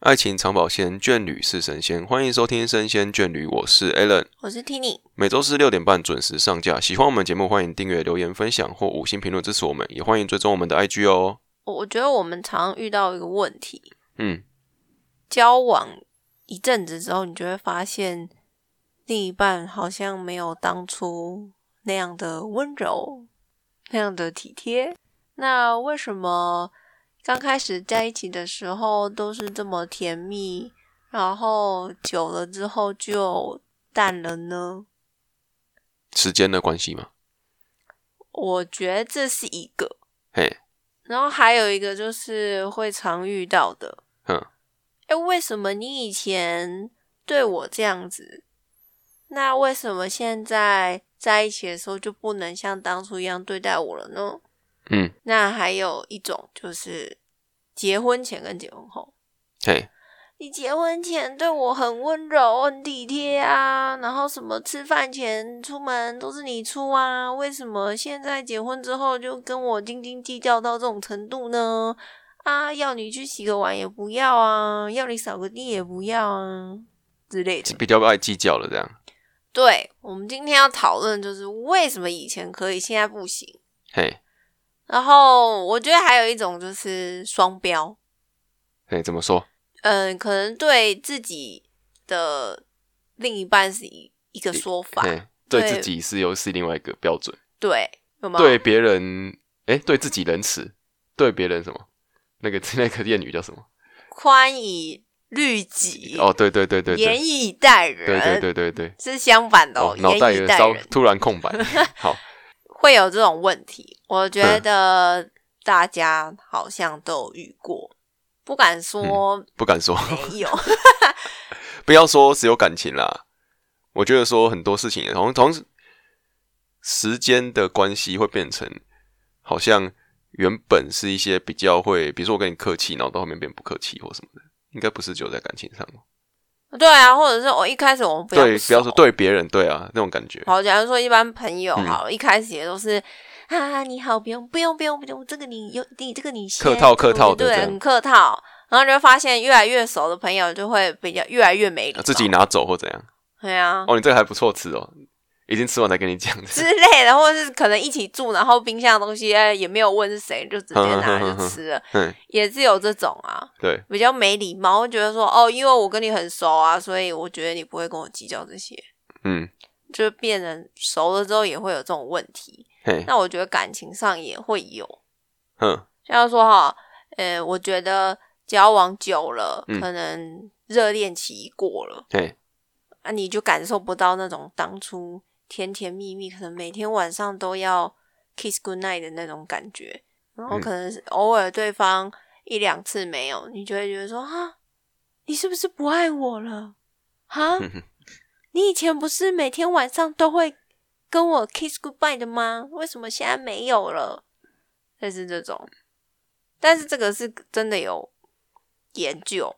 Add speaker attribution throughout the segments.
Speaker 1: 爱情长保鲜，眷侣是神仙。欢迎收听《生鲜眷侣》，我是 Alan。
Speaker 2: 我是 Tini，
Speaker 1: 每周四六点半准时上架。喜欢我们节目，欢迎订阅、留言、分享或五星评论支持我们，也欢迎追踪我们的 IG 哦。
Speaker 2: 我我觉得我们常遇到一个问题，
Speaker 1: 嗯，
Speaker 2: 交往一阵子之后，你就会发现另一半好像没有当初那样的温柔，那样的体贴。那为什么刚开始在一起的时候都是这么甜蜜，然后久了之后就淡了呢？
Speaker 1: 时间的关系嘛，
Speaker 2: 我觉得这是一个，
Speaker 1: 嘿，
Speaker 2: 然后还有一个就是会常遇到的，
Speaker 1: 嗯，
Speaker 2: 哎，为什么你以前对我这样子？那为什么现在在一起的时候就不能像当初一样对待我了呢？
Speaker 1: 嗯，
Speaker 2: 那还有一种就是结婚前跟结婚后，
Speaker 1: 嘿，
Speaker 2: 你结婚前对我很温柔、很体贴啊，然后什么吃饭前、出门都是你出啊，为什么现在结婚之后就跟我斤斤计较到这种程度呢？啊，要你去洗个碗也不要啊，要你扫个地也不要啊之类的。
Speaker 1: 比较爱计较了这样，
Speaker 2: 对我们今天要讨论就是为什么以前可以，现在不行。
Speaker 1: 嘿，
Speaker 2: 然后我觉得还有一种就是双标，
Speaker 1: 嘿，怎么说？
Speaker 2: 嗯，可能对自己的另一半是一一个说法，
Speaker 1: 嘿，对
Speaker 2: 对
Speaker 1: 自己是又是另外一个标准，
Speaker 2: 对，有吗？
Speaker 1: 对别人，哎，对自己仁慈，对别人什么？那个 那个谚语叫什么？
Speaker 2: 宽以律己，
Speaker 1: 哦，对对对对对，
Speaker 2: 严以待人，
Speaker 1: 对对对对对。
Speaker 2: 是相反的
Speaker 1: 哦
Speaker 2: 哦，，
Speaker 1: 脑
Speaker 2: 严
Speaker 1: 袋
Speaker 2: 以
Speaker 1: 有
Speaker 2: 待
Speaker 1: 稍
Speaker 2: 人
Speaker 1: 突然空 白。好，
Speaker 2: 会有这种问题，我觉
Speaker 1: 嗯
Speaker 2: 得大家好像都有遇过，不敢
Speaker 1: 嗯
Speaker 2: 说
Speaker 1: 不敢说，
Speaker 2: 没有，
Speaker 1: 不要说只有感情啦。我觉得说很多事情，同同时时间的关系会变成，好像原本是一些比较会，比如说我跟你客气，然后到后面变不客气或什么的，应该不是只有在感情上。
Speaker 2: 对啊，或者是我一开始我们不哦要
Speaker 1: 对，不要
Speaker 2: 熟
Speaker 1: 说对别人，对啊，那种感觉。
Speaker 2: 好，假如说一般朋友
Speaker 1: 嗯
Speaker 2: 好了，一开始也都是啊，你好，不用不用不用不用，这个你有你这个你先
Speaker 1: 客套
Speaker 2: 对
Speaker 1: 客套的
Speaker 2: 对，
Speaker 1: 这样
Speaker 2: 很客套。然后就会发现越来越熟的朋友就会比较越来越没礼貌，
Speaker 1: 啊自己拿走或怎样？
Speaker 2: 对啊、
Speaker 1: 哦，你这个还不错吃哦，已经吃完才跟你讲。
Speaker 2: 之类的，或者是可能一起住，然后冰箱的东西哎也没有问是谁，就直接拿
Speaker 1: 哼哼哼
Speaker 2: 就
Speaker 1: 哼
Speaker 2: 吃了，
Speaker 1: 嗯，
Speaker 2: 也是有这种啊，
Speaker 1: 对，
Speaker 2: 比较没礼貌，会觉得说哦，因为我跟你很熟啊，所以我觉得你不会跟我计较这些，
Speaker 1: 嗯，
Speaker 2: 就变成熟了之后也会有这种问题。
Speaker 1: 嘿，
Speaker 2: 那我觉得感情上也会有，
Speaker 1: 哼，
Speaker 2: 像说哈，呃，我觉得交往久了，
Speaker 1: 嗯
Speaker 2: 可能热恋期过了，
Speaker 1: 嘿，
Speaker 2: 啊，你就感受不到那种当初甜甜蜜蜜，可能每天晚上都要 kiss good night 的那种感觉，然后
Speaker 1: 嗯
Speaker 2: 可能是偶尔对方一两次没有，你就会觉得说啊，你是不是不爱我了？哈，
Speaker 1: 哼哼
Speaker 2: 你以前不是每天晚上都会跟我 kiss goodbye 的吗？为什么现在没有了？类似这种，但是这个是真的有研究，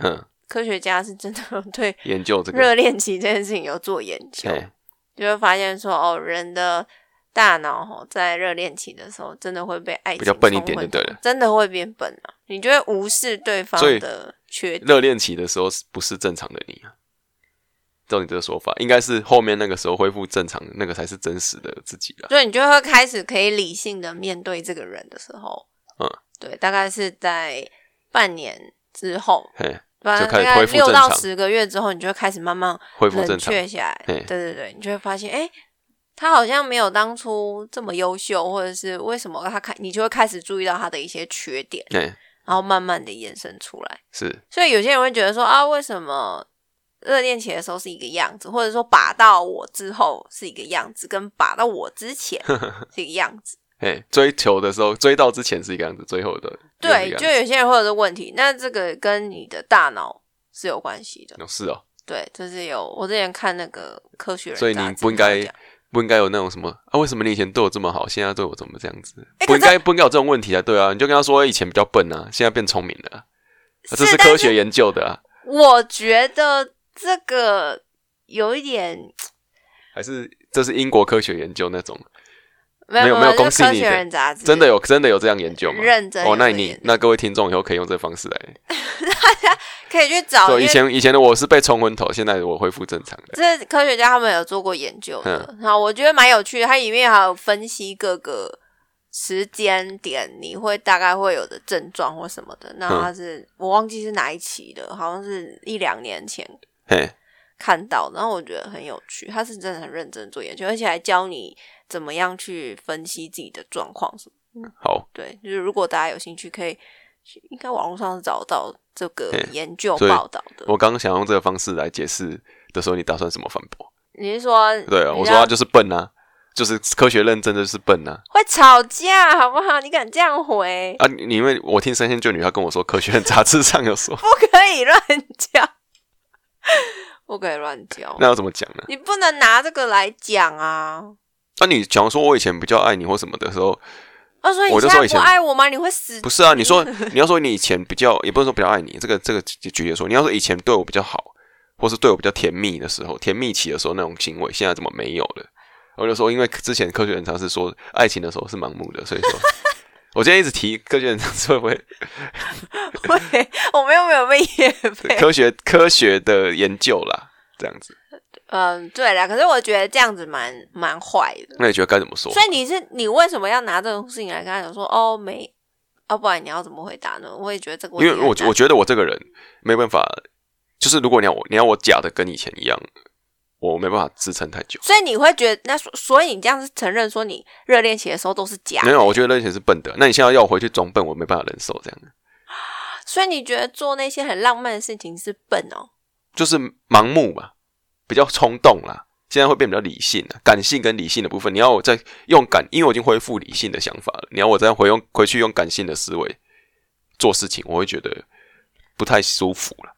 Speaker 1: 哼，
Speaker 2: 科学家是真的有对
Speaker 1: 研究这个，
Speaker 2: 热恋期这件事情有做研究，
Speaker 1: 嘿，
Speaker 2: 就会发现说，哦，人的大脑吼在热恋期的时候，真的会被爱情
Speaker 1: 比较笨一点
Speaker 2: 冲昏
Speaker 1: 就对了
Speaker 2: 头真的会变笨啊！你就会无视对方
Speaker 1: 所以
Speaker 2: 的缺点，
Speaker 1: 热恋期的时候是不是正常的你啊？照你这个说法，应该是后面那个时候恢复正常，那个才是真实的自己了。
Speaker 2: 所以你就会开始可以理性的面对这个人的时候，
Speaker 1: 嗯，
Speaker 2: 对，大概是在半年之后，
Speaker 1: 嘿，
Speaker 2: 反正
Speaker 1: 就开
Speaker 2: 大
Speaker 1: 始
Speaker 2: 概
Speaker 1: 恢复
Speaker 2: 六
Speaker 1: 正
Speaker 2: 到
Speaker 1: 常
Speaker 2: 十个月之后，你就会开始慢慢
Speaker 1: 恢复正
Speaker 2: 冷
Speaker 1: 常。
Speaker 2: 却下来。
Speaker 1: 嘿
Speaker 2: 对对对，你就会发现，哎、他好像没有当初这么优秀，或者是为什么他开，你就会开始注意到他的一些缺点，
Speaker 1: 嘿，
Speaker 2: 然后慢慢的延伸出来。
Speaker 1: 是，
Speaker 2: 所以有些人会觉得说啊，为什么热恋期的时候是一个样子，或者说把到我之后是一个样子，跟把到我 之前是一个样子。
Speaker 1: 嘿，追求的时候，追到之前是一个样子，追后的又是一
Speaker 2: 对，
Speaker 1: 个
Speaker 2: 就
Speaker 1: 样
Speaker 2: 有些人会有这个问题，那这个跟你的大脑是有关系的
Speaker 1: 子。哦是哦，
Speaker 2: 对，就是有我之前看那个科学人杂志，
Speaker 1: 所以你不应该
Speaker 2: 他讲
Speaker 1: 不应该有那种什么啊？为什么你以前对我这么好，现在对我怎么这样子？
Speaker 2: 哎
Speaker 1: 不
Speaker 2: 可
Speaker 1: 应
Speaker 2: 是
Speaker 1: 该不应该有这种问题啊？对啊，你就跟他说以前比较笨啊，现在变聪明了啊、啊这
Speaker 2: 是
Speaker 1: 是
Speaker 2: 但
Speaker 1: 科
Speaker 2: 是
Speaker 1: 学研究的啊，
Speaker 2: 我觉得这个有一点
Speaker 1: 还是这是英国科学研究那种？
Speaker 2: 没
Speaker 1: 没有
Speaker 2: 没
Speaker 1: 没有攻
Speaker 2: 是
Speaker 1: 击
Speaker 2: 科
Speaker 1: 你的
Speaker 2: 学人杂志
Speaker 1: 真的有真的有这样研究吗？
Speaker 2: 认真
Speaker 1: 哦，那
Speaker 2: 有这个
Speaker 1: 你
Speaker 2: 研究
Speaker 1: 那各位听众以后可以用这方式来，
Speaker 2: 可以去找，
Speaker 1: 所以
Speaker 2: 因
Speaker 1: 以
Speaker 2: 为
Speaker 1: 前以前的我是被冲昏头，现在我恢复正常的。
Speaker 2: 这科学家他们有做过研究
Speaker 1: 嗯
Speaker 2: 的，然后我觉得蛮有趣的。它里面还有分析各个时间点你会大概会有的症状或什么的。
Speaker 1: 嗯
Speaker 2: 那它是、我忘记是哪一期的，好像是一两年前
Speaker 1: 嘿，
Speaker 2: 看到的，然后我觉得很有趣。他是真的很认真做研究，而且还教你怎么样去分析自己的状况什么。
Speaker 1: 好，
Speaker 2: 对，就是如果大家有兴趣，可以去应该网络上是找到这个
Speaker 1: 嘿
Speaker 2: 研究
Speaker 1: 所以
Speaker 2: 报道的。
Speaker 1: 我刚刚想用这个方式来解释的时候，你打算怎么反驳？
Speaker 2: 你是说
Speaker 1: 对啊，
Speaker 2: 你
Speaker 1: 我说
Speaker 2: 让
Speaker 1: 他就是笨啊，就是科学认证就是笨啊。
Speaker 2: 会吵架好不好？你敢这样回？
Speaker 1: 啊，你因为我听《三仙眷侣》，他跟我说科学杂志上有说，
Speaker 2: 不可以乱叫， 不可以乱叫。
Speaker 1: 那要怎么讲呢？
Speaker 2: 你不能拿这个来讲啊！
Speaker 1: 那、你假如说我以前比较爱你或什么的时候，
Speaker 2: 啊，所以你
Speaker 1: 我就
Speaker 2: 现
Speaker 1: 说
Speaker 2: 在
Speaker 1: 以
Speaker 2: 不
Speaker 1: 前
Speaker 2: 爱我吗？你会死
Speaker 1: 不是啊？你说你要说你以前比较，也不能说比较爱你，这个这个举举例说，你要说以前对我比较好，或是对我比较甜蜜的时候，甜蜜期的时候那种行为，现在怎么没有了？我就说，因为之前科学人常是说爱情的时候是盲目的，所以说。我今天一直提科学人常是会不会
Speaker 2: 会？我们又没有被夜配。
Speaker 1: 科学科学的研究啦，这样子，
Speaker 2: 嗯，对啦，可是我觉得这样子蛮蛮坏的。
Speaker 1: 那你觉得该怎么说？
Speaker 2: 所以你是你为什么要拿这种事情来跟他讲说哦没？要、不然你要怎么回答呢？我也觉得啊这个问
Speaker 1: 因
Speaker 2: 题
Speaker 1: 为我
Speaker 2: 很难
Speaker 1: 我觉得我这个人没办法，就是如果你要我你要我假的跟以前一样，我没办法支撑太久。
Speaker 2: 所以你会觉得那所所以你这样子承认说你热恋期的时候都是假的
Speaker 1: 没有，我觉得那以前是笨的。那你现在要我回去装笨，我没办法忍受这样，
Speaker 2: 所以你觉得做那些很浪漫的事情是笨哦？
Speaker 1: 就是盲目嘛，比较冲动啦。现在会变比较理性了，感性跟理性的部分，你要我再用感，因为我已经恢复理性的想法了，你要我再回用回去用感性的思维做事情，我会觉得不太舒服了。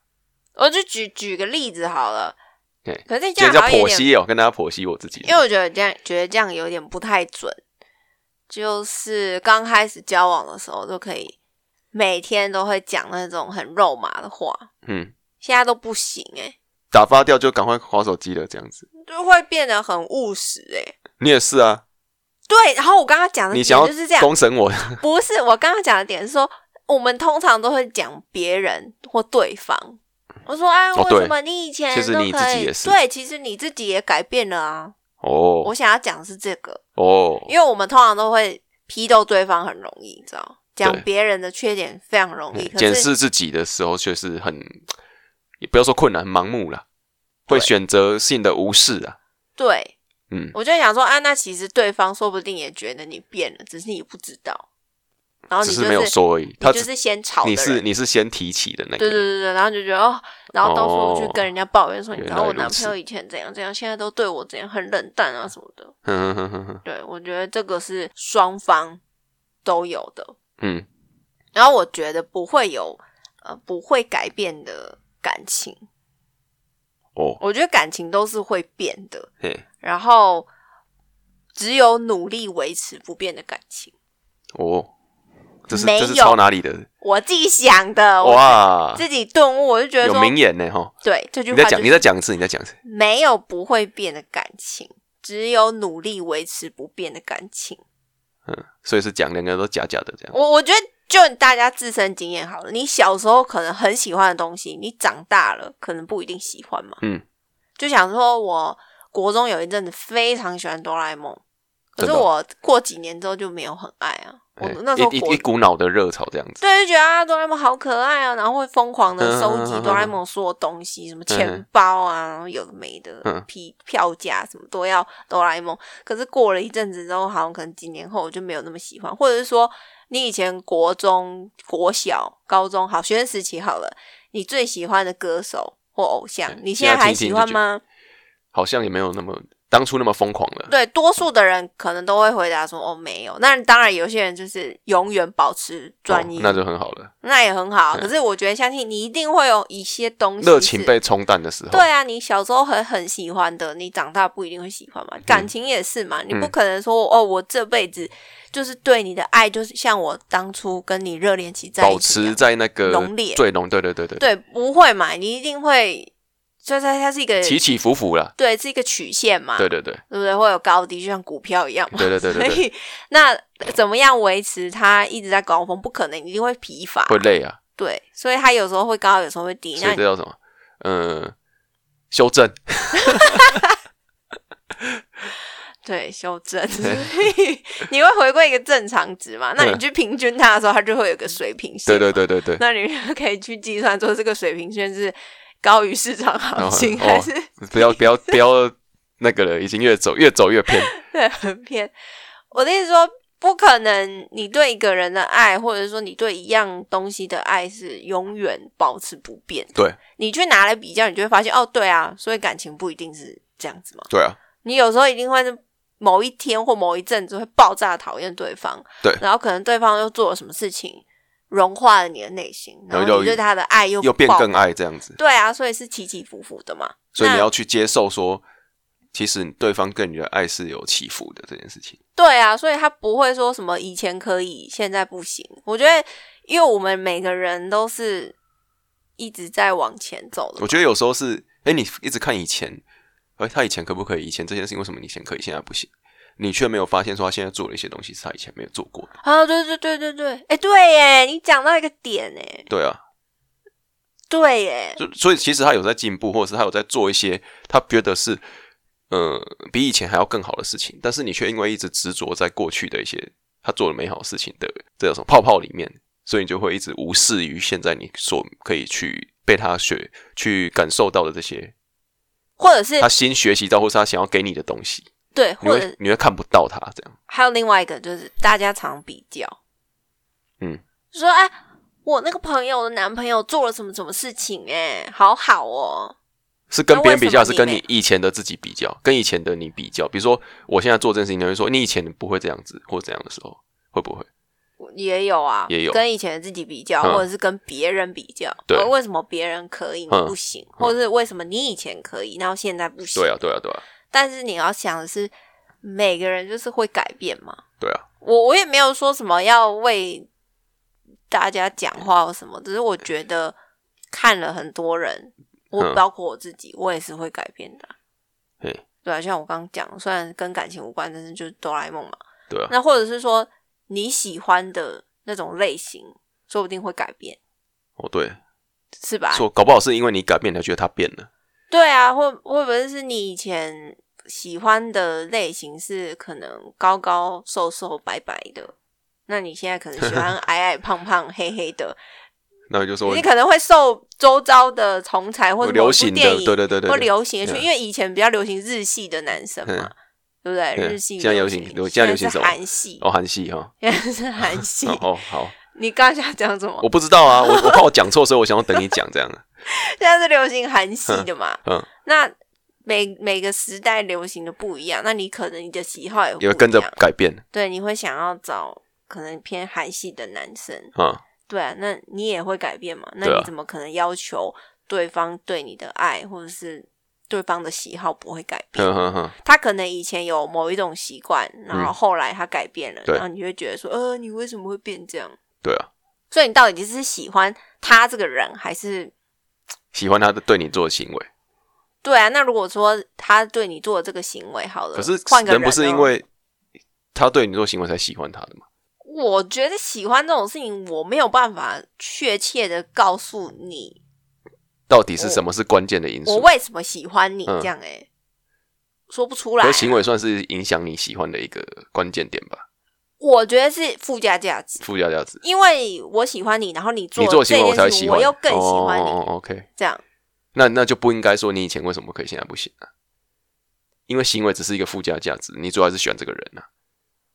Speaker 2: 我就举举个例子好了
Speaker 1: 对。
Speaker 2: 可是这
Speaker 1: 今天
Speaker 2: 样
Speaker 1: 叫
Speaker 2: 好像有
Speaker 1: 剖
Speaker 2: 点，
Speaker 1: 析哦，跟大家剖析我自己。
Speaker 2: 因为我觉得这样觉得这样有点不太准。就是刚开始交往的时候，就可以每天都会讲那种很肉麻的话，
Speaker 1: 嗯，
Speaker 2: 现在都不行诶、
Speaker 1: 打发掉就赶快划手机了，这样子。
Speaker 2: 就会变得很务实诶、
Speaker 1: 你也是啊，
Speaker 2: 对，然后我刚刚讲的
Speaker 1: 你
Speaker 2: 点
Speaker 1: 想要
Speaker 2: 嗯就是这样，
Speaker 1: 公审我，
Speaker 2: 不是我刚刚讲的点是说，我们通常都会讲别人或对方。我说啊，
Speaker 1: 哦
Speaker 2: 为
Speaker 1: 对
Speaker 2: 什么你以前
Speaker 1: 其实
Speaker 2: 都
Speaker 1: 你
Speaker 2: 可
Speaker 1: 自己
Speaker 2: 以
Speaker 1: 也是
Speaker 2: 对，其实你自己也改变了啊。
Speaker 1: 哦
Speaker 2: 我想要讲的是这个，
Speaker 1: 哦，
Speaker 2: 因为我们通常都会批斗对方很容易，你知道，讲
Speaker 1: 对
Speaker 2: 别人的缺点非常容易，
Speaker 1: 嗯
Speaker 2: 可
Speaker 1: 检
Speaker 2: 是
Speaker 1: 视自己的时候却是很，也不要说困难，盲目啦，会
Speaker 2: 对
Speaker 1: 选择性的无视啊。
Speaker 2: 对
Speaker 1: 嗯，
Speaker 2: 我就想说啊，那其实对方说不定也觉得你变了，只是你不知道，然后哦你
Speaker 1: 只
Speaker 2: 就是
Speaker 1: 没有说而已。他
Speaker 2: 你
Speaker 1: 只
Speaker 2: 就是先吵的
Speaker 1: 你是
Speaker 2: 人。
Speaker 1: 你是先提起的那
Speaker 2: 对对
Speaker 1: 个，
Speaker 2: 对对，然后就觉得哦，然后到时候我去
Speaker 1: 哦
Speaker 2: 跟人家抱怨说，你知
Speaker 1: 原
Speaker 2: 道
Speaker 1: 来
Speaker 2: 我男
Speaker 1: 如此
Speaker 2: 朋友以前怎样怎样，现在都对我怎样很冷淡啊什么的。
Speaker 1: 嗯哼哼哼，
Speaker 2: 对，我觉得这个是双方都有的。
Speaker 1: 嗯，
Speaker 2: 然后我觉得不会有呃不会改变的感情，
Speaker 1: 哦，
Speaker 2: 我觉得感情都是会变的，
Speaker 1: 嘿，
Speaker 2: 然后只有努力维持不变的感情。
Speaker 1: 哦，这是
Speaker 2: 没
Speaker 1: 这是
Speaker 2: 有
Speaker 1: 抄哪里的？
Speaker 2: 我自己想的，我
Speaker 1: 哇，
Speaker 2: 自己顿悟，我就觉得
Speaker 1: 有
Speaker 2: 说，
Speaker 1: 名言呢哈！
Speaker 2: 对这句
Speaker 1: 你
Speaker 2: 话
Speaker 1: 再
Speaker 2: 就
Speaker 1: 讲，你
Speaker 2: 是
Speaker 1: 再讲一次，你再讲一次。
Speaker 2: 没有不会变的感情，只有努力维持不变的感情。
Speaker 1: 嗯，所以是讲两个都假假的这样。
Speaker 2: 我我觉得就大家自身经验好了，你小时候可能很喜欢的东西，你长大了可能不一定喜欢嘛。
Speaker 1: 嗯，
Speaker 2: 就想说我国中有一阵子非常喜欢哆啦 A 梦，
Speaker 1: 真
Speaker 2: 可是
Speaker 1: 的哦
Speaker 2: 我过几年之后就没有很爱啊。我
Speaker 1: 嘿
Speaker 2: 那时候
Speaker 1: 一
Speaker 2: 国
Speaker 1: 一一股脑的热潮这样子。
Speaker 2: 对，就觉得啊，哆啦 A 梦好可爱啊，然后会疯狂的收集
Speaker 1: 嗯嗯嗯嗯
Speaker 2: 哆啦 A 梦所有东西，什么
Speaker 1: 嗯
Speaker 2: 钱
Speaker 1: 嗯
Speaker 2: 包啊，然后有的没的
Speaker 1: 嗯，
Speaker 2: 皮票价什么都要哆啦 A 梦。可是过了一阵子之后，好像可能几年后我就没有那么喜欢，或者是说你以前国中、国小、高中好学生时期好了，你最喜欢的歌手或偶像，你
Speaker 1: 现
Speaker 2: 现
Speaker 1: 在
Speaker 2: 在还
Speaker 1: 听听
Speaker 2: 喜
Speaker 1: 就
Speaker 2: 欢
Speaker 1: 觉得
Speaker 2: 吗？
Speaker 1: 好像也没有那么当初那么疯狂了。
Speaker 2: 对，多数的人可能都会回答说：“哦，没有。”那当然，有些人就是永远保持专一，
Speaker 1: 哦那就很好了。
Speaker 2: 那也很好。
Speaker 1: 嗯
Speaker 2: 可是我觉得，相信你一定会有一些东西是
Speaker 1: 热情被冲淡的时候，
Speaker 2: 对啊，你小时候很很喜欢的，你长大不一定会喜欢
Speaker 1: 嗯
Speaker 2: 嘛。感情也是嘛，你不可能说哦，我这辈子就是对你的爱，就是像我当初跟你热恋期在一
Speaker 1: 保
Speaker 2: 起一
Speaker 1: 持
Speaker 2: 样，
Speaker 1: 在那个
Speaker 2: 浓烈
Speaker 1: 最浓，对对对对，
Speaker 2: 对，不会嘛，你一定会，所以它它是一个
Speaker 1: 起起伏伏啦，
Speaker 2: 对是一个曲线嘛，
Speaker 1: 对对对
Speaker 2: 对不对？会有高低，就像股票一样嘛。
Speaker 1: 对对对对
Speaker 2: 所
Speaker 1: 对，
Speaker 2: 以那怎么样维持它一直在高峰？不可能，一定会疲乏。
Speaker 1: 会累啊，
Speaker 2: 对，所以它有时候会高，有时候会低。
Speaker 1: 所
Speaker 2: 那
Speaker 1: 以这叫什么？嗯，修正。
Speaker 2: 对修正，所以 你会回归一个正常值嘛？那你去平均它的时候，它就会有个水平线。
Speaker 1: 对对。对对对。
Speaker 2: 那你就可以去计算说这个水平线是高于市场行情、
Speaker 1: 哦
Speaker 2: 还是
Speaker 1: 不要不要不要那个了，已经越走越走越 偏。
Speaker 2: 对，很偏。我的意思说，不可能你对一个人的爱，或者说你对一样东西的爱是永远保持不变。
Speaker 1: 对，
Speaker 2: 你去拿来比较，你就会发现，哦，对啊，所以感情不一定是这样子嘛。
Speaker 1: 对啊，
Speaker 2: 你有时候一定会是某一天或某一阵子会爆炸讨厌对方，
Speaker 1: 对
Speaker 2: 然后可能对方又做了什么事情，融化了你的内心，
Speaker 1: 然
Speaker 2: 然
Speaker 1: 后
Speaker 2: 后
Speaker 1: 又
Speaker 2: 你对他的爱又
Speaker 1: 又变
Speaker 2: 爆
Speaker 1: 更爱这样子，
Speaker 2: 对啊，所以是起起伏伏的嘛。
Speaker 1: 所以你
Speaker 2: 那
Speaker 1: 要去接受说，其实对方跟你的爱是有起伏的这件事情。
Speaker 2: 对啊，所以他不会说什么以前可以，现在不行。我觉得，因为我们每个人都是一直在往前走的
Speaker 1: 我
Speaker 2: 嘛。
Speaker 1: 觉得有时候是，哎、你一直看以前，哎、他以前可不可以？以前这件事情为什么你以前可以，现在不行？你却没有发现说他现在做了一些东西是他以前没有做过的。
Speaker 2: 啊，对对对对对，哎，对耶，你讲到一个点哎，
Speaker 1: 对啊，
Speaker 2: 对耶，
Speaker 1: 就所以其实他有在进步，或者是他有在做一些他觉得是呃比以前还要更好的事情，但是你却因为一直执着在过去的一些他做的美好事情的这叫什么泡泡里面，所以你就会一直无视于现在你所可以去被他学去感受到的这些
Speaker 2: 或者是
Speaker 1: 他新学习到或是他想要给你的东西，
Speaker 2: 对，
Speaker 1: 你
Speaker 2: 或者
Speaker 1: 会你会看不到他这样，
Speaker 2: 还有另外一个就是大家常比较，
Speaker 1: 嗯，
Speaker 2: 就说哎，我那个朋友的男朋友做了什么什么事情哎、好好哦，
Speaker 1: 是跟
Speaker 2: 那
Speaker 1: 别人比较，
Speaker 2: 为
Speaker 1: 是
Speaker 2: 什么
Speaker 1: 跟
Speaker 2: 你没
Speaker 1: 你以前的自己比较，跟以前的你比较。比如说我现在做这件事情，你会说你以前不会这样子或怎样的时候，会不会？
Speaker 2: 也有啊，
Speaker 1: 也有
Speaker 2: 跟以前的自己比较，
Speaker 1: 嗯
Speaker 2: 或者是跟别人比较，
Speaker 1: 对
Speaker 2: 呃为什么别人可以你
Speaker 1: 嗯
Speaker 2: 不行，或者是为什么你以前可以，然后现在不行？
Speaker 1: 对啊，对啊，对啊，
Speaker 2: 但是你要想的是，每个人就是会改变嘛。
Speaker 1: 对啊。
Speaker 2: 我我也没有说什么要为大家讲话或什么，只是我觉得看了很多人，我
Speaker 1: 嗯
Speaker 2: 包括我自己，我也是会改变的啊、
Speaker 1: 嘿
Speaker 2: 对啊，就像我刚刚讲，虽然跟感情无关，但是就是哆啦 A 梦嘛。
Speaker 1: 对啊，
Speaker 2: 那或者是说你喜欢的那种类型，说不定会改变，
Speaker 1: 哦对，
Speaker 2: 是吧？
Speaker 1: 说搞不好是因为你改变，你才觉得他变了。
Speaker 2: 对啊，会会不会是你以前喜欢的类型是可能高高瘦瘦白白的？那你现在可能喜 欢矮矮胖胖黑黑的，
Speaker 1: 那我就说
Speaker 2: 你可能会受周遭的同才或者某
Speaker 1: 流
Speaker 2: 部
Speaker 1: 行的
Speaker 2: 电，影
Speaker 1: 对对对对
Speaker 2: 或
Speaker 1: 对，
Speaker 2: 流行的去，
Speaker 1: 嗯
Speaker 2: 因为以前比较流行日系的男生嘛
Speaker 1: 嗯，
Speaker 2: 对不对？
Speaker 1: 嗯
Speaker 2: 日系
Speaker 1: 现在流
Speaker 2: 行
Speaker 1: 行，现在流行
Speaker 2: 是
Speaker 1: 什么
Speaker 2: 韩系，
Speaker 1: 哦韩系哈，
Speaker 2: 现在是韩系
Speaker 1: 哦。哦好，
Speaker 2: 你刚刚想讲什么？
Speaker 1: 我不知道啊，我我怕我讲错，所以我想要等你讲这 样。啊
Speaker 2: 现在是流行韩系的嘛？
Speaker 1: 嗯嗯
Speaker 2: 那每每个时代流行的不一样，那你可能你的喜好也
Speaker 1: 也
Speaker 2: 会
Speaker 1: 会
Speaker 2: 不
Speaker 1: 跟着
Speaker 2: 一样
Speaker 1: 改变
Speaker 2: 对，你会想要找可能偏韩系的男生，
Speaker 1: 啊、
Speaker 2: 对啊，那你也会改变嘛？那
Speaker 1: 对啊
Speaker 2: 你怎么可能要求对方对你的爱或者是对方的喜好不会改变？
Speaker 1: 嗯，哼哼哼，
Speaker 2: 他可能以前有某一种习惯，然后后来他改变了，
Speaker 1: 嗯对
Speaker 2: 然后你会觉得说，呃，你为什么会变这样？
Speaker 1: 对啊，
Speaker 2: 所以你到底是喜欢他这个人，还是
Speaker 1: 喜欢他的对你做的行为，
Speaker 2: 对啊？那如果说他对你做的这个行为好了，
Speaker 1: 可是
Speaker 2: 换个啊
Speaker 1: 人不是
Speaker 2: 呢
Speaker 1: 因为他对你做行为才喜欢他的嘛？
Speaker 2: 我觉得喜欢这种事情，我没有办法确切的告诉你
Speaker 1: 到底是什么是关键的因
Speaker 2: 我
Speaker 1: 素？
Speaker 2: 为什么喜欢你
Speaker 1: 嗯
Speaker 2: 这样哎、说不出来、啊
Speaker 1: 可是行为算是影响你喜欢的一个关键点吧，
Speaker 2: 我觉得是附加价值，
Speaker 1: 附加价值。
Speaker 2: 因为我喜欢你，然后你做
Speaker 1: 你做的
Speaker 2: 这件
Speaker 1: 行为我才会
Speaker 2: 事
Speaker 1: 喜
Speaker 2: 情
Speaker 1: 欢，
Speaker 2: 我又更喜欢你，
Speaker 1: 哦哦哦，OK，
Speaker 2: 这样
Speaker 1: 那那就不应该说你以前为什么可以，现在不行啊？因为行为只是一个附加价值，你主要还是喜欢这个人啊。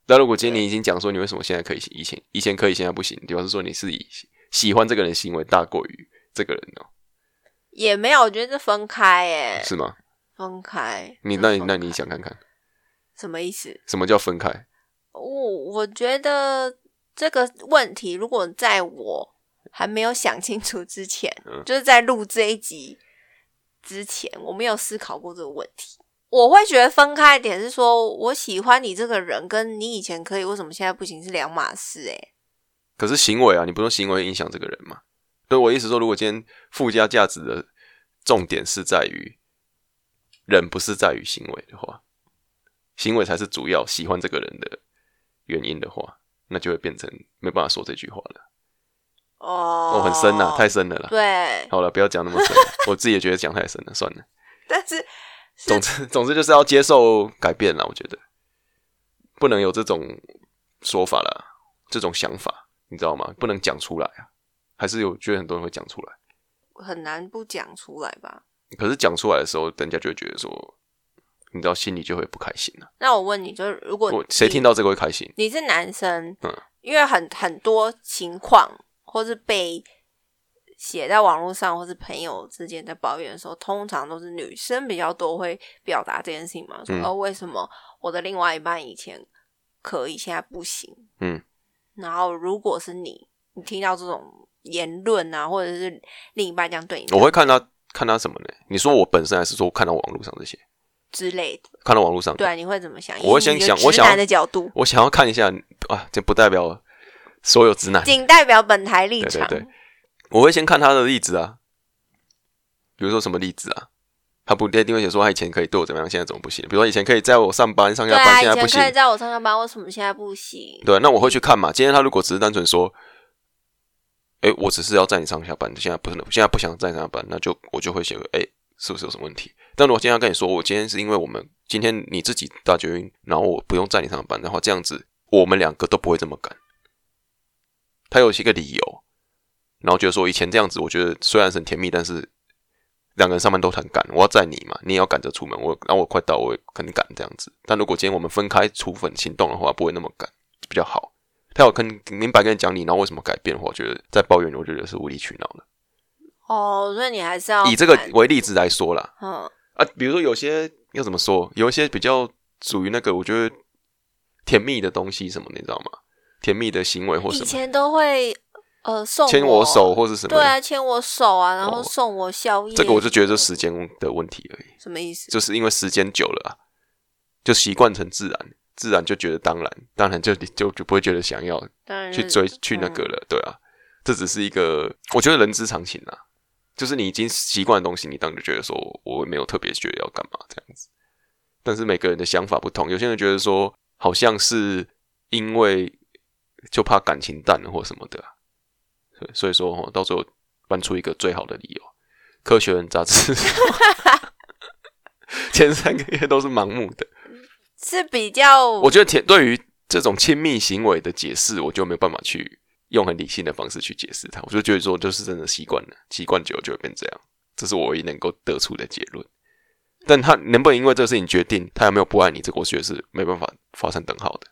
Speaker 1: 那如果今天你已经讲说你为什么现在可以，以前以前可以，现在不行，表示说你是以喜欢这个人行为大过于这个人哦、
Speaker 2: 也没有，我觉得是分开哎、
Speaker 1: 是吗？
Speaker 2: 分开。
Speaker 1: 你
Speaker 2: 是
Speaker 1: 那你
Speaker 2: 分
Speaker 1: 那你
Speaker 2: 开
Speaker 1: 想看看
Speaker 2: 什么意思？
Speaker 1: 什么叫分开？
Speaker 2: 我、我觉得这个问题，如果在我还没有想清楚之前，
Speaker 1: 嗯
Speaker 2: 就是在录这一集之前，我没有思考过这个问题。我会觉得分开一点是说，我喜欢你这个人，跟你以前可以，为什么现在不行是两码事、欸。诶，
Speaker 1: 可是行为啊，你不说行为影响这个人嘛？对我意思说，如果今天附加价值的重点是在于人，不是在于行为的话，行为才是主要喜欢这个人的原因的话，那就会变成没办法说这句话了。
Speaker 2: 哦
Speaker 1: 哦，很深呐、太深了啦。
Speaker 2: 对，
Speaker 1: 好了，不要讲那么深了，我自己也觉得讲太深了，算了。
Speaker 2: 但是
Speaker 1: 总之， 总之就是要接受改变啦，我觉得不能有这种说法啦，这种想法，你知道吗？不能讲出来啊，还是有觉得很多人会讲出来，
Speaker 2: 很难不讲出来吧？
Speaker 1: 可是讲出来的时候，人家就会觉得说，你知道，心里就会不开心了、
Speaker 2: 那我问你，就是如果
Speaker 1: 我谁
Speaker 2: 你
Speaker 1: 听到这个会开心？
Speaker 2: 你是男生，
Speaker 1: 嗯
Speaker 2: 因为很很多情况，或是被写在网络上，或是朋友之间在抱怨的时候，通常都是女生比较多会表达这件事情嘛，说、
Speaker 1: 嗯
Speaker 2: 哦，为什么我的另外一半以前可以，现在不行？
Speaker 1: 嗯，
Speaker 2: 然后如果是你，你听到这种言论啊，或者是另一半这样对你
Speaker 1: 我会看他看他什么呢？你说我本身还是说看到网络上这些？
Speaker 2: 之类的，
Speaker 1: 看到网络上，
Speaker 2: 对啊、你会怎么想？
Speaker 1: 嗯我会
Speaker 2: 以你
Speaker 1: 先
Speaker 2: 的
Speaker 1: 想我
Speaker 2: 直
Speaker 1: 想要
Speaker 2: 男的角度，
Speaker 1: 我想要看一下啊，这不代表所有直男，
Speaker 2: 仅代表本台立
Speaker 1: 对嗯对
Speaker 2: 场。
Speaker 1: 对我会先看他的例子啊，比如说什么例子啊？他不一定会写说他以前可以对我怎么样，现在怎么不行？比如说以前可以在我上班上下
Speaker 2: 对
Speaker 1: 班，
Speaker 2: 啊，
Speaker 1: 现
Speaker 2: 以
Speaker 1: 在不
Speaker 2: 前
Speaker 1: 行
Speaker 2: 可以。在我上下班，为什么现在不行？
Speaker 1: 对，啊那我会去看嘛。今天他如果只是单纯说，哎、我只是要在你上下班，现在不是，现在不想在你上下班，那就我就会写个，哎、是不是有什么问题？但如果今天要跟你说，我今天是因为我们今天你自己大决定，然后我不用在你上班的话，这样子我们两个都不会这么赶。他有一个理由，然后觉得说以前这样子，我觉得虽然是很甜蜜，但是两个人上班都很赶，我要载你嘛，你也要赶着出门，我然后我快到，我也很赶这样子。但如果今天我们分开处分行动的话，不会那么赶，比较好。他有跟明白跟你讲理，然后为什么改变的话，我觉得在抱怨，我觉得是无理取闹的。
Speaker 2: 哦，所以你还是要
Speaker 1: 以这个
Speaker 2: 看
Speaker 1: 为例子来说啦，
Speaker 2: 嗯，
Speaker 1: 啊，比如说有些要怎么说，有一些比较属于那个，我觉得甜蜜的东西什么，你知道吗？甜蜜的行为或
Speaker 2: 以
Speaker 1: 什么，
Speaker 2: 前都会呃送
Speaker 1: 牵
Speaker 2: 我
Speaker 1: 我手，或是什么
Speaker 2: 对
Speaker 1: 的，
Speaker 2: 啊，牵我手啊，然后
Speaker 1: 哦
Speaker 2: 送我宵夜，
Speaker 1: 这个我就觉得这时间的问题而已。
Speaker 2: 什么意思？
Speaker 1: 就是因为时间久了啊，就习惯成自然，自然就觉得当然，当然就就就不会觉得想要
Speaker 2: 当然
Speaker 1: 去
Speaker 2: 就是
Speaker 1: 追去那个
Speaker 2: 嗯
Speaker 1: 了，对啊，这只是一个我觉得人之常情啊，就是你已经习惯的东西，你当然就觉得说我没有特别觉得要干嘛这样子，但是每个人的想法不同，有些人觉得说好像是因为就怕感情淡了或什么的、啊，所以所以说哦，到最后搬出一个最好的理由，《科学人》杂志 前三个月都是盲目的。
Speaker 2: 是比较
Speaker 1: 我觉得甜对于这种亲密行为的解释，我就没有办法去用很理性的方式去解释它。我就觉得说，就是真的习惯了，习惯久了就会变这样，这是我唯一能够得出的结论。但他能不能因为这个事情决定他有没有不爱你，这个我觉得是没办法画上等号的。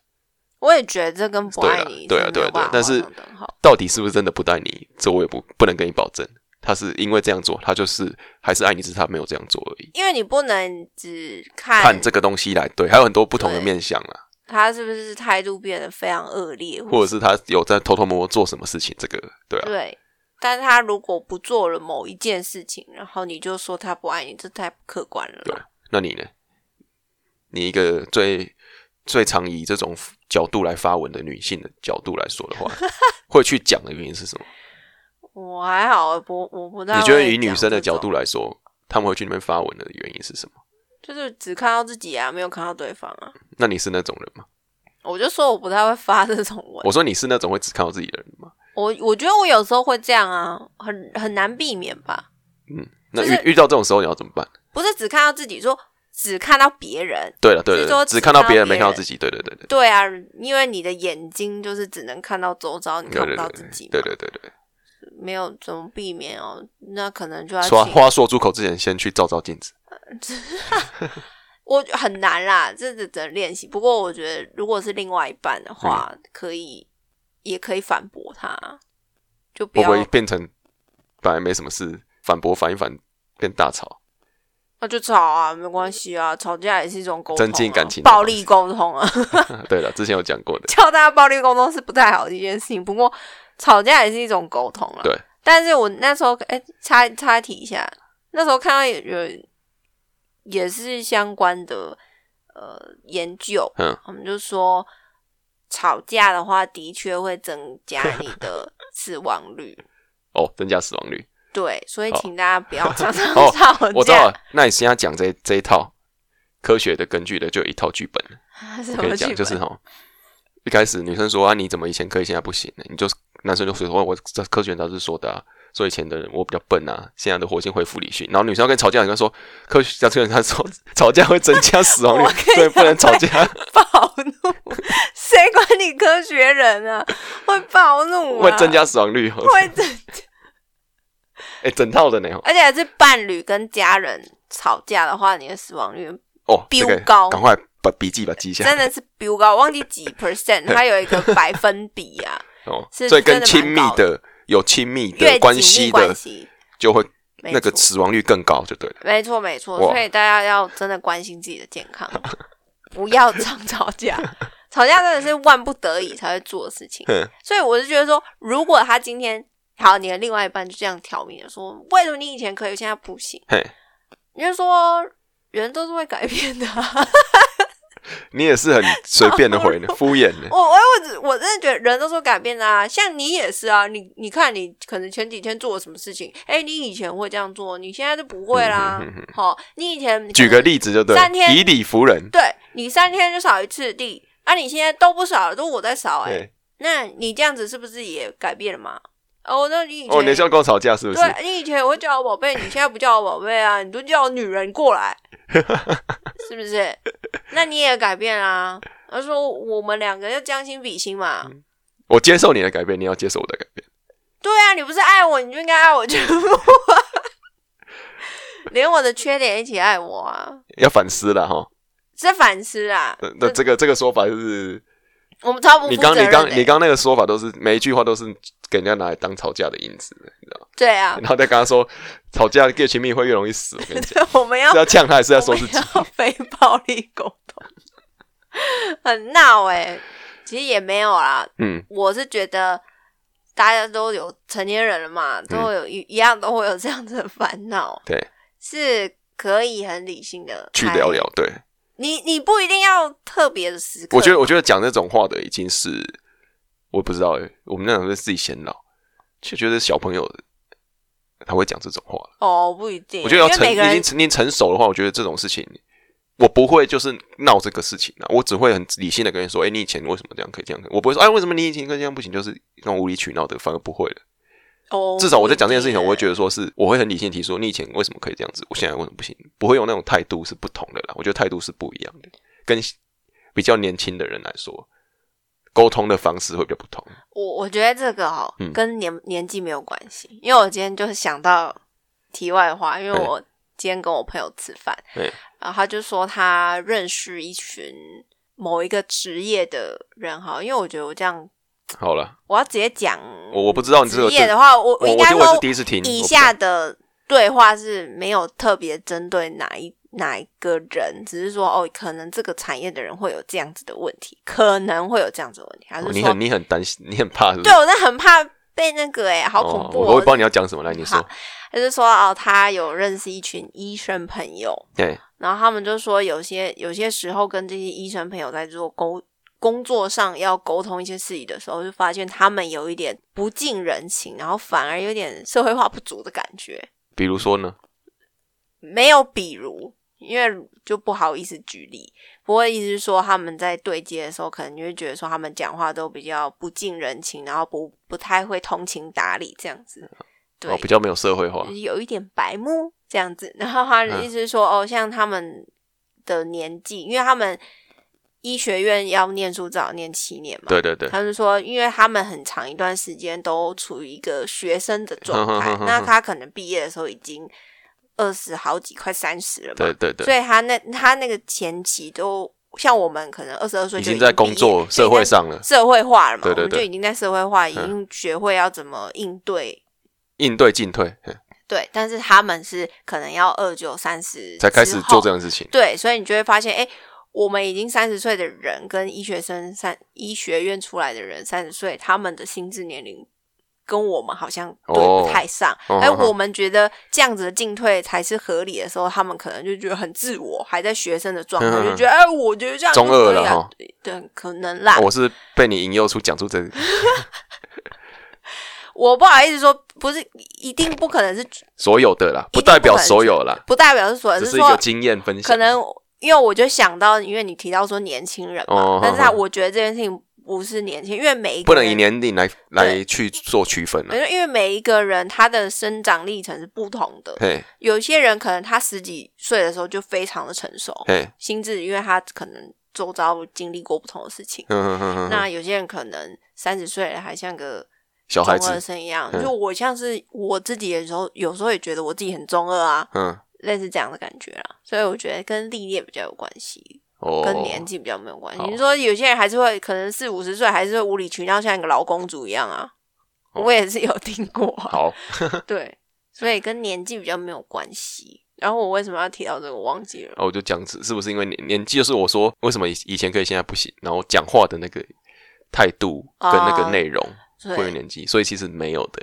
Speaker 2: 我也觉得这跟不
Speaker 1: 对
Speaker 2: 爱
Speaker 1: 啊
Speaker 2: 你
Speaker 1: 对啊
Speaker 2: 真的没
Speaker 1: 对啊
Speaker 2: 有
Speaker 1: 对啊
Speaker 2: 办法
Speaker 1: 但是
Speaker 2: 画上等号
Speaker 1: 到底是不是真的不爱你，这我也不不能跟你保证。他是因为这样做，他就是还是爱你，只是他没有这样做而已。
Speaker 2: 因为你不能只看
Speaker 1: 看这个东西来对，还有很多不同的
Speaker 2: 对
Speaker 1: 面向啦，
Speaker 2: 他是不是态度变得非常恶劣，
Speaker 1: 或者是他有在偷偷摸摸做什么事情，这个对啊，
Speaker 2: 对。但是他如果不做了某一件事情，然后你就说他不爱你，这太不客观了
Speaker 1: 对
Speaker 2: 啦。，
Speaker 1: 那你呢？你一个最最常以这种角度来发文的女性的角度来说的 话，会去讲的原因是什么？
Speaker 2: 我还好，不，我不大。
Speaker 1: 你觉得以女生的角度，来说，他们会去那边发文的原因是什么？
Speaker 2: 就是只看到自己啊，没有看到对方啊。
Speaker 1: 那你是那种人吗？
Speaker 2: 我就说我不太会发 这种文，
Speaker 1: 我说你是那种会只看到自己的人吗？
Speaker 2: 我我觉得我有时候会这样啊，很很难避免吧。
Speaker 1: 嗯，那
Speaker 2: 就是
Speaker 1: 遇遇到这种时候你要怎么办？
Speaker 2: 不是只看到自己，说只看到别人，
Speaker 1: 对了，对
Speaker 2: 是
Speaker 1: 了，
Speaker 2: 说
Speaker 1: 对只
Speaker 2: 只
Speaker 1: 看到
Speaker 2: 看到
Speaker 1: 别人没
Speaker 2: 别
Speaker 1: 看到
Speaker 2: 人
Speaker 1: 自己，对对对对，
Speaker 2: 对啊，因为你的眼睛就是只能看到周遭，你
Speaker 1: 对
Speaker 2: 看
Speaker 1: 对
Speaker 2: 不到
Speaker 1: 对
Speaker 2: 自己嘛，
Speaker 1: 对对对对，
Speaker 2: 没有怎么避免哦。那可能就要
Speaker 1: 说
Speaker 2: 请
Speaker 1: 话说出口之前，先去照照镜子。
Speaker 2: 我很难啦，这只能练习。不过我觉得，如果是另外一半的话，
Speaker 1: 嗯
Speaker 2: 可以也可以反驳他，啊就不
Speaker 1: 会
Speaker 2: 要
Speaker 1: 不会变成本来没什么事，反驳反一反变大吵？
Speaker 2: 那就吵啊，没关系啊，吵架也是一种沟通、啊，
Speaker 1: 增进感情的
Speaker 2: 暴
Speaker 1: 方式
Speaker 2: 力沟通啊，
Speaker 1: 对了，之前有讲过的，
Speaker 2: 叫大家暴力沟通是不太好的一件事情。不过吵架也是一种沟通啊。
Speaker 1: 对，
Speaker 2: 但是我那时候，哎、插插题一下，那时候看到有有也是相关的呃研究，
Speaker 1: 嗯，
Speaker 2: 我们就说吵架的话，的确会增加你 的死亡率。
Speaker 1: 哦，增加死亡率。
Speaker 2: 对，所以
Speaker 1: 好
Speaker 2: 请大家不要 常常
Speaker 1: 哦
Speaker 2: 吵
Speaker 1: 我知
Speaker 2: 架
Speaker 1: 道。了，那你现在讲这这一套科学的根据的，就有一套剧本，
Speaker 2: 什
Speaker 1: 可
Speaker 2: 么
Speaker 1: 以
Speaker 2: 剧
Speaker 1: 讲，
Speaker 2: 本？
Speaker 1: 啊就是哈，一开始女生说啊，你怎么以前可以，现在不行呢？你就男生就随说，我这科学研导是说的啊，说以前的人我比较笨啊，现在的火星回复理性。然后女生要跟你吵架，你就说科学家科学家说吵架会增加死亡率
Speaker 2: 我跟你，
Speaker 1: 所以不能吵架，
Speaker 2: 暴怒， 谁管你科学人 啊？会暴怒、啊，
Speaker 1: 会增，加死亡率。哦
Speaker 2: 会增加，
Speaker 1: 哎、整套的呢？
Speaker 2: 而且还是伴侣跟家人吵架的话，你的死亡率
Speaker 1: 哦，这个
Speaker 2: 飙高
Speaker 1: 赶快把笔记把它记下
Speaker 2: 真
Speaker 1: 来
Speaker 2: 的是飙高，忘记几 percent，它有一个百分比啊，
Speaker 1: 哦。
Speaker 2: 是
Speaker 1: 所以跟亲
Speaker 2: 真
Speaker 1: 密
Speaker 2: 的蛮高
Speaker 1: 的有亲密
Speaker 2: 越
Speaker 1: 的关
Speaker 2: 紧密
Speaker 1: 系
Speaker 2: 关
Speaker 1: 的，
Speaker 2: 系，
Speaker 1: 就会
Speaker 2: 没
Speaker 1: 那个
Speaker 2: 错
Speaker 1: 死亡率更高，就对了。
Speaker 2: 没错没错，
Speaker 1: 哇
Speaker 2: 所以大家要真的关心自己的健康， 不要常吵架。 吵架真的是万不得已才会做的事情，
Speaker 1: 哼，
Speaker 2: 所以我是觉得说，如果他今天好，你的另外一半就这样挑明了说，为什么你以前可以，现在不行？
Speaker 1: 嘿，
Speaker 2: 你就说人都是会改 变的啊、
Speaker 1: 你也是很随便的 回呢，敷衍的。
Speaker 2: 我我我只我真的觉得人都说改变啊，像你也是啊，你你看你可能前几天做了什么事情，哎、你以前会这样做，你现在就不会啦
Speaker 1: 嗯嗯嗯嗯。
Speaker 2: 好、你以前
Speaker 1: 举个例子就对了
Speaker 2: 三，天
Speaker 1: 以理服人。
Speaker 2: 对你三天就扫一次地，啊，你现在都不扫了，都我在扫、哎，
Speaker 1: 对，
Speaker 2: 那你这样子是不是也改变了嘛？哦，那你以前
Speaker 1: 哦，你是要跟我吵架是不是？
Speaker 2: 对你以前也会叫我宝贝，你现在不叫我宝贝啊，你都叫我女人 过来，是不是？那你也改变啦、他说我们两个要将心比心嘛。
Speaker 1: 嗯我接受你的改变，你要接受我的改变。
Speaker 2: 对啊，你不是爱我，你就应该爱我全部啊， 连我的缺点一起爱我啊，
Speaker 1: 要反思了哈。
Speaker 2: 是反思啊。
Speaker 1: 呃那这个这个说法就是，
Speaker 2: 我们超不
Speaker 1: 你
Speaker 2: 负责
Speaker 1: 刚你
Speaker 2: 任欸
Speaker 1: 刚
Speaker 2: 的
Speaker 1: 你刚那个说法都是每一句话都是给人家拿来当吵架的因子，你知道吗？
Speaker 2: 对 啊，
Speaker 1: 然后再跟他说吵架越亲密会越容易死，我跟你 讲，
Speaker 2: 我们要
Speaker 1: 是要呛他还是要
Speaker 2: 我
Speaker 1: 说
Speaker 2: 们
Speaker 1: 自己？
Speaker 2: 要非暴力沟通，很闹哎、其实也没有啦，
Speaker 1: 嗯，
Speaker 2: 我是觉得大家都有成年人了嘛，
Speaker 1: 嗯
Speaker 2: 都有一一样都会有这样子的烦恼，
Speaker 1: 对，
Speaker 2: 是可以很理性的
Speaker 1: 去聊聊。对，
Speaker 2: 你你不一定要特别的时刻，
Speaker 1: 我觉得我觉得讲这种话的已经是我不知道哎、我们那种是自己显老，就觉得小朋友他会讲这种话。
Speaker 2: 哦不一定，
Speaker 1: 我觉得要
Speaker 2: 因为
Speaker 1: 成
Speaker 2: 每
Speaker 1: 已
Speaker 2: 个人
Speaker 1: 经成年成熟的话，我觉得这种事情我不会就是闹这个事情啊，我只会很理性的跟你说，哎、你以前为什么这样可以这样？我不会说，哎，为什么你以前可以这样不行？就是那种无理取闹的，反而不会了。
Speaker 2: 哦，
Speaker 1: 至少我在讲这件事情，我会觉
Speaker 2: 得
Speaker 1: 得说是我会很理性地提出，你以前为什么可以这样子，我现在为什么不行？不会有那种态度是不同的啦。我觉得态度是不一样的，跟比较年轻的人来说，沟通的方式会比较不同。
Speaker 2: 我我觉得这个哦、
Speaker 1: 嗯
Speaker 2: 跟年年纪没有关系，因为我今天就是想到题外话，因为
Speaker 1: 嗯
Speaker 2: 我今天跟我朋友吃饭，
Speaker 1: 嗯
Speaker 2: 然后他就说他认识一群某一个职业的人哈，因为我觉得我这样
Speaker 1: 好了，
Speaker 2: 我要直接讲
Speaker 1: 我我不知道你这
Speaker 2: 职
Speaker 1: 个
Speaker 2: 业的
Speaker 1: 我
Speaker 2: 话，我应
Speaker 1: 我
Speaker 2: 该
Speaker 1: 觉得我
Speaker 2: 说
Speaker 1: 是第一次听
Speaker 2: 以
Speaker 1: 我不知
Speaker 2: 下
Speaker 1: 道
Speaker 2: 的对话是没有特别针对哪一哪一个人，只是说哦，可能这个产业的人会有这样子的问题，可能会有这样子的问题，还
Speaker 1: 哦
Speaker 2: 是
Speaker 1: 你
Speaker 2: 说
Speaker 1: 很你很担心，你很怕是不是
Speaker 2: 对？我真的很怕被那个哎、好恐怖、
Speaker 1: 哦！我我不知道你要讲什么，来你说
Speaker 2: 好。他就说哦，他有认识一群医生朋友，
Speaker 1: 对，
Speaker 2: 然后他们就说有些有些时候跟这些医生朋友在做沟工作上要沟通一些事情的时候，就发现他们有一点不近人情，然后反而有点社会化不足的感觉。
Speaker 1: 比如说呢？
Speaker 2: 没有比如，因为就不好意思举例。不过意思是说他们在对接的时候，可能就会觉得说他们讲话都比较不近人情，然后不不太会通情达理这样子。对，嗯
Speaker 1: 哦，比较没有社会化
Speaker 2: 就是有一点白目这样子。然后他
Speaker 1: 嗯
Speaker 2: 的意思是说，哦，像他们的年纪，因为他们医学院要念书至少念七年嘛，
Speaker 1: 对对对，
Speaker 2: 他就说，因为他们很长一段时间都处于一个学生的状态，
Speaker 1: 嗯哼哼哼哼
Speaker 2: 那他可能毕业的时候已经二十好几，快三十了嘛，
Speaker 1: 对对对，
Speaker 2: 所以他那他那个前期都。像我们可能二十二岁
Speaker 1: 已
Speaker 2: 就
Speaker 1: 经在工
Speaker 2: 毕
Speaker 1: 作
Speaker 2: 业
Speaker 1: 社会上了，
Speaker 2: 社会化了嘛，
Speaker 1: 对对
Speaker 2: 我们就
Speaker 1: 对嗯
Speaker 2: 已经在社会化，已经学会要怎么应对
Speaker 1: 应对进退，嘿
Speaker 2: 对，但是他们是可能要二九三十
Speaker 1: 才开始做这
Speaker 2: 样。
Speaker 1: 样的事情。
Speaker 2: 对，所以你就会发现，哎，我们已经三十岁的人跟医学生三医学院出来的人三十岁，他们的心智年龄跟我们好像对
Speaker 1: 哦
Speaker 2: 不太上。
Speaker 1: 哦
Speaker 2: 哎、
Speaker 1: 哦哦
Speaker 2: 我们觉得这样子的进退才是合理的时候，他们可能就觉得很自我，还在学生的状态，
Speaker 1: 嗯嗯嗯
Speaker 2: 就觉得哎，我觉得这样就
Speaker 1: 中二
Speaker 2: 可以
Speaker 1: 了
Speaker 2: 啊
Speaker 1: 哈
Speaker 2: 对对，可能啦。
Speaker 1: 我是被你引诱出讲出这，
Speaker 2: 我不好意思说，不是一定不可能是，
Speaker 1: 所有的 啦，
Speaker 2: 一定
Speaker 1: 不
Speaker 2: 不可能
Speaker 1: 代表所有啦，
Speaker 2: 不代表是所有，
Speaker 1: 只是一
Speaker 2: 说
Speaker 1: 个经验分享。
Speaker 2: 可能因为我就想到，因为你提到说年轻人嘛，
Speaker 1: 哦
Speaker 2: 但是他
Speaker 1: 好好
Speaker 2: 我觉得这件事情不是年轻，因为每一
Speaker 1: 不
Speaker 2: 个
Speaker 1: 能
Speaker 2: 人
Speaker 1: 以年龄来来去做区分了、
Speaker 2: 没错因为每一个人他的生长历程是不同的。
Speaker 1: 嘿，
Speaker 2: 有些人可能他十几岁的时候就非常的成熟，
Speaker 1: 嘿，
Speaker 2: 心智因为他可能周遭经历过不同的事情。
Speaker 1: 嗯嗯嗯嗯，
Speaker 2: 那有些人可能三十岁了还像个
Speaker 1: 小孩
Speaker 2: 中二
Speaker 1: 子，
Speaker 2: 生一样，
Speaker 1: 嗯
Speaker 2: 就我像是我自己的时候，有时候也觉得我自己很中二啊，
Speaker 1: 嗯，
Speaker 2: 类似这样的感觉啦。所以我觉得跟历练比较有关系，
Speaker 1: 哦，
Speaker 2: 跟年纪比较没有关系。
Speaker 1: 好
Speaker 2: 你说有些人还是会可能四五十岁还是会无理取闹，像一个老公主一样啊，
Speaker 1: 哦
Speaker 2: 我也是有听过啊。
Speaker 1: 好，
Speaker 2: 对，所以跟年纪比较没有关系。然后我为什么要提到这个，我忘记了。
Speaker 1: 啊，我就这样子，是不是因为年年纪？就是我说为什么以以前可以，现在不行？然后讲话的那个态度跟那个
Speaker 2: 啊
Speaker 1: 内容
Speaker 2: 所
Speaker 1: 会有
Speaker 2: 以，
Speaker 1: 年纪，所以其实没有的。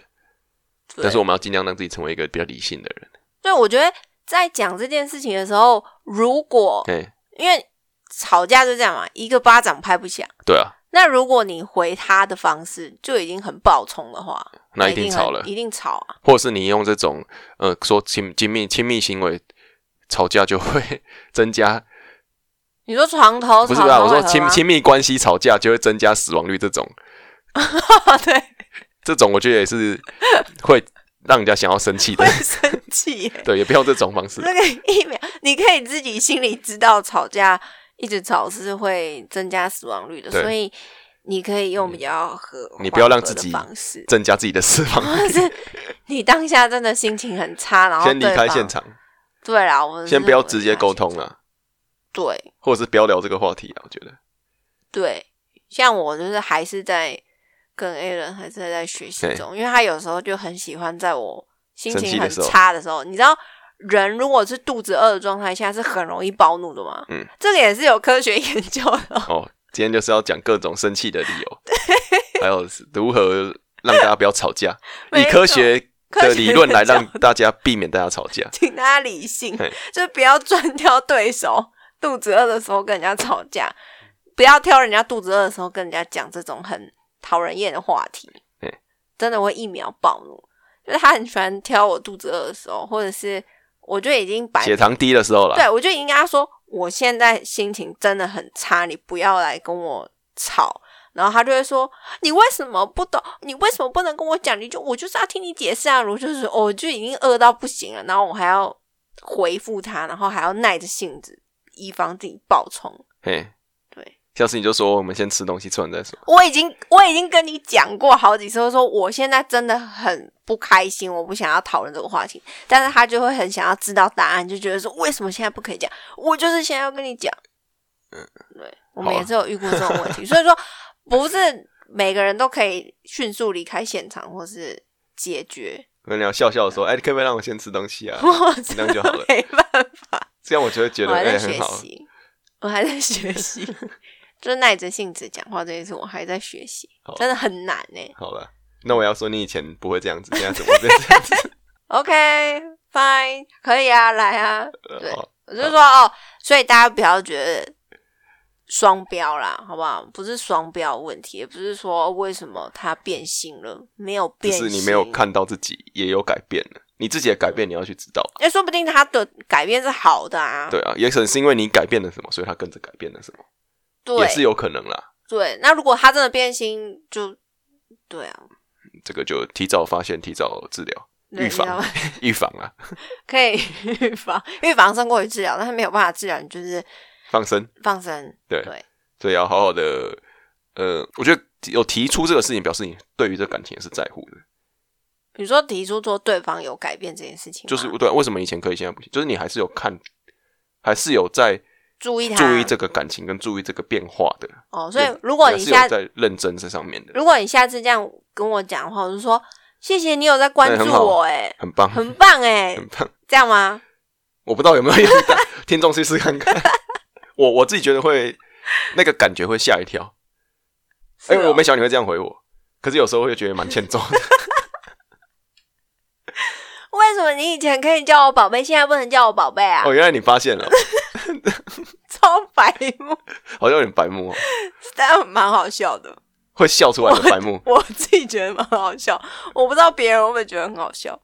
Speaker 2: 对
Speaker 1: 但是我们要尽量让自己成为一个比较理性的人。
Speaker 2: 对，我觉得在讲这件事情的时候，如果
Speaker 1: 嘿，
Speaker 2: 因为吵架就这样嘛，一个巴掌拍不响。
Speaker 1: 对啊，
Speaker 2: 那如果你回他的方式就已经很暴冲的话，
Speaker 1: 那
Speaker 2: 那
Speaker 1: 一定
Speaker 2: 很
Speaker 1: 吵了，
Speaker 2: 一定吵啊！
Speaker 1: 或者是你用这种呃说亲亲密亲密行为吵架，就会增加
Speaker 2: 你说床头
Speaker 1: 不是
Speaker 2: 吵，
Speaker 1: 不是啊，
Speaker 2: 床
Speaker 1: 我
Speaker 2: 尾
Speaker 1: 说
Speaker 2: 和
Speaker 1: 亲
Speaker 2: 吗，
Speaker 1: 亲密关系吵架就会增加死亡率，这种
Speaker 2: 对，
Speaker 1: 这种我觉得也是会让人家想要生气的
Speaker 2: 会。生气耶。
Speaker 1: 对，也不要这种方式。
Speaker 2: 那个一秒，你可以自己心里知道，吵架一直吵是会增加死亡率的，
Speaker 1: 对嗯
Speaker 2: 所以你可以用比较和
Speaker 1: 你不要让
Speaker 2: 缓和
Speaker 1: 自己
Speaker 2: 的方式，
Speaker 1: 增加自己的死亡率，
Speaker 2: 或者是你当下真的心情很差，然后
Speaker 1: 先离
Speaker 2: 对嗯
Speaker 1: 开
Speaker 2: 方
Speaker 1: 现。场，
Speaker 2: 对啦，我们
Speaker 1: 先
Speaker 2: 是
Speaker 1: 不要
Speaker 2: 我们
Speaker 1: 直接
Speaker 2: 离开
Speaker 1: 沟
Speaker 2: 现
Speaker 1: 通
Speaker 2: 场。
Speaker 1: 啊，
Speaker 2: 对，
Speaker 1: 或者是不要聊这个话题啊。我觉得，
Speaker 2: 对，像我就是还是在跟 A 人还是在学习中，因为他有时候就很喜欢在我心
Speaker 1: 生气
Speaker 2: 情
Speaker 1: 的
Speaker 2: 很
Speaker 1: 时候
Speaker 2: 差的时候，你知道。人如果是肚子饿的状态下，是很容易暴怒的嘛？
Speaker 1: 嗯，
Speaker 2: 这个也是有科学研究的哦。
Speaker 1: 哦，今天就是要讲各种生气的理 由，还有是如何让大家不要吵架，以
Speaker 2: 没错
Speaker 1: 科学的理论来让
Speaker 2: 科学研究
Speaker 1: 大家避免大家吵架。
Speaker 2: 请大家理性
Speaker 1: 嘿，
Speaker 2: 就不要专挑对手肚子饿的时候跟人家吵架，不要挑人家肚子饿的时候跟人家讲这种很讨人厌的话题
Speaker 1: 对，
Speaker 2: 真的会一秒暴怒。就是他很喜欢挑我肚子饿的时候，或者是我就已经摆
Speaker 1: 血糖低的时候啦，
Speaker 2: 对我就已经跟他说，我现在心情真的很差，你不要来跟我吵。然后他就会说：“你为什么不懂？你为什么不能跟我讲？你就我就是要听你解释啊！”我就是哦我就已经饿到不行了，然后我还要回复他，然后还要耐着性子，以防自己爆冲。
Speaker 1: 嘿，
Speaker 2: 对，
Speaker 1: 下次你就说我们先吃东西，吃完再说。
Speaker 2: 我已经我已经跟你讲过好几次，我说我现在真的很不开心，我不想要讨论这个话题。但是他就会很想要知道答案，就觉得说为什么现在不可以讲？我就是现在要跟你讲。嗯，对，我们
Speaker 1: 好啊
Speaker 2: 也是有遇过这种 问题，所以说不是每个人都可以迅速离开现场或是解 决，
Speaker 1: 我跟你要笑笑的说，哎、你可不可以让我先吃东西 啊？
Speaker 2: 我
Speaker 1: 这
Speaker 2: 真
Speaker 1: 样就好了
Speaker 2: 的没办法。
Speaker 1: 这样我就会觉得
Speaker 2: 我还
Speaker 1: 哎、
Speaker 2: 在
Speaker 1: 很
Speaker 2: 学
Speaker 1: 好。
Speaker 2: 习，我还在学习， 就是耐着性子讲话这件事，我还在学习
Speaker 1: 好，
Speaker 2: 真的很难欸呢、
Speaker 1: 好了，那我要说你以前不会这样子，现在怎么变这样子？
Speaker 2: OK，fine，、可以啊，来啊。对
Speaker 1: 呃好
Speaker 2: 我就说哦，所以大家不要觉得双标啦，好不好？不是双标问题，也不是说为什么他变性了，没有
Speaker 1: 只
Speaker 2: 变性，
Speaker 1: 是你没有。看到自己也有改变了，你自己的改变你要去知道。
Speaker 2: 哎、说不定他的改变是好的啊。
Speaker 1: 对啊，也可能是因为你改变了什么，所以他跟着改变了什么，也是
Speaker 2: 对
Speaker 1: 有可能啦。
Speaker 2: 对，那如果他真的变性，就对啊，
Speaker 1: 这个就提早发现，提早治疗，
Speaker 2: 对
Speaker 1: 预防
Speaker 2: 你知道吗
Speaker 1: 预防啊，
Speaker 2: 可以预防， 预防胜过于治疗，但是没有办法治疗，你就是
Speaker 1: 放生。
Speaker 2: 放生。
Speaker 1: 对
Speaker 2: 对
Speaker 1: 所以要好好的，呃，我觉得有提出这个事情，表示你对于这个感情也是在乎的。
Speaker 2: 比如说提出说对方有改变这件事情吗，
Speaker 1: 就是对啊、为什么以前可以，现在不行？就是你还是有看，还是有在
Speaker 2: 注意他，
Speaker 1: 注意这个感情跟注意这个变化的。
Speaker 2: 哦。所以
Speaker 1: 对
Speaker 2: 如果你
Speaker 1: 还是
Speaker 2: 下
Speaker 1: 有在认真这上面的，
Speaker 2: 如果你下次这样跟我讲的话，我就说谢谢你有在关
Speaker 1: 对
Speaker 2: 注
Speaker 1: 很好嗯
Speaker 2: 我、欸，
Speaker 1: 很棒，
Speaker 2: 很棒 哎、
Speaker 1: 很棒。
Speaker 2: 这样吗？
Speaker 1: 我不知道有没有用到，听众试试看看。我我自己觉得会那个感觉会吓一跳，
Speaker 2: 是
Speaker 1: 因
Speaker 2: 哦
Speaker 1: 哎为我没想到你会这样回我，可是有时候会觉得蛮欠揍的。
Speaker 2: 哦为什么你以前可以叫我宝贝，现在不能叫我宝贝啊？
Speaker 1: 哦，原来你发现了，
Speaker 2: 超白目，
Speaker 1: 好像有点白目哦，
Speaker 2: 但蛮好笑的，
Speaker 1: 会笑出来的白目，
Speaker 2: 我自己觉得蛮好笑，我不知道别人会不会觉得很好笑。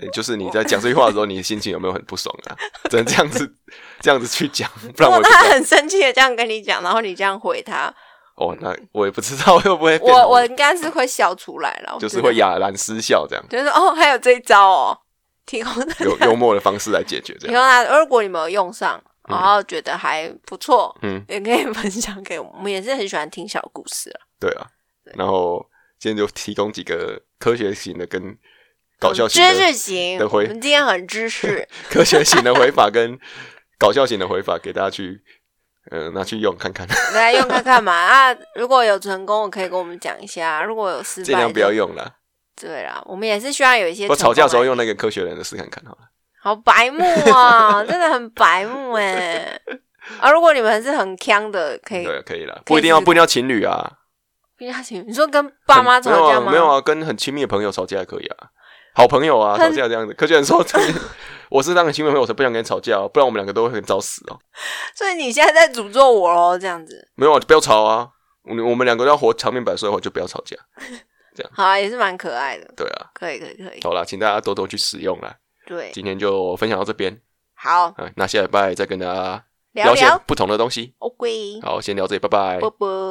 Speaker 1: 呃就是你在讲这句话的时候，你的心情有没有很不爽啊？只能这样子这样子去讲，不然
Speaker 2: 如
Speaker 1: 我
Speaker 2: 果
Speaker 1: 觉
Speaker 2: 他
Speaker 1: 得
Speaker 2: 很生气的这样跟你讲，然后你这样回他，
Speaker 1: 哦，那我也不知道 会不会变
Speaker 2: 我
Speaker 1: 红，
Speaker 2: 我应该是会笑出来了，我
Speaker 1: 就是
Speaker 2: 觉得
Speaker 1: 会，哑然失笑这样，
Speaker 2: 就是说哦，还有这一招哦，挺好的。
Speaker 1: 有幽默的方式来解决这
Speaker 2: 以
Speaker 1: 样。
Speaker 2: 后呢，如果你们有用上，
Speaker 1: 嗯
Speaker 2: 然后觉得还不错，
Speaker 1: 嗯，
Speaker 2: 也可以分享给我们。我们也是很喜欢听小故事啊，
Speaker 1: 对啊。然后今天就提供几个科学型的跟搞笑
Speaker 2: 知
Speaker 1: 型的
Speaker 2: 识型。
Speaker 1: 的
Speaker 2: 我
Speaker 1: 回
Speaker 2: 们今天很 知识，
Speaker 1: 科学型的回法跟搞笑型的回法给大家去，呃，拿去用看看，
Speaker 2: 来用看看嘛。啊，如果有成功，可以跟我们讲一下；啊如果有失败，
Speaker 1: 尽量不要。用啦。
Speaker 2: 对啦，我们也是希望有一些
Speaker 1: 我吵架的时候
Speaker 2: 成功
Speaker 1: 用那个科学人的试看看好了。
Speaker 2: 啊，好白目 啊，真的很白目哎。啊，如果你们是很强的，可以。
Speaker 1: 对，可以了，
Speaker 2: 可以
Speaker 1: 不一定要
Speaker 2: 试
Speaker 1: 不一定要情侣啊，
Speaker 2: 不要紧，你说跟爸妈
Speaker 1: 很
Speaker 2: 吵架
Speaker 1: 没有啊，
Speaker 2: 吗？
Speaker 1: 没有啊，跟很亲密的朋友吵架也可以啊，好朋友啊，
Speaker 2: 很
Speaker 1: 吵架这样子。科学人说， 我是当个亲密朋友，我才不想跟你吵架、哦，不然我们两个都会很早死哦。
Speaker 2: 所以你现在在诅咒我喽，这样子。
Speaker 1: 没有啊，就不要吵啊，我我们两个都要活长命百岁的话，就不要吵架。
Speaker 2: 好啊，也是蛮可爱的。
Speaker 1: 对啊，
Speaker 2: 可以，可以，可以。
Speaker 1: 好啦，请大家多多去使用啦。
Speaker 2: 对，
Speaker 1: 今天就分享到这边，啊
Speaker 2: 好，
Speaker 1: 嗯，那下礼拜再跟大家
Speaker 2: 聊
Speaker 1: 一些
Speaker 2: 聊。
Speaker 1: 不同的东西。
Speaker 2: OK，
Speaker 1: 好，先聊这里，拜拜。
Speaker 2: 啵啵。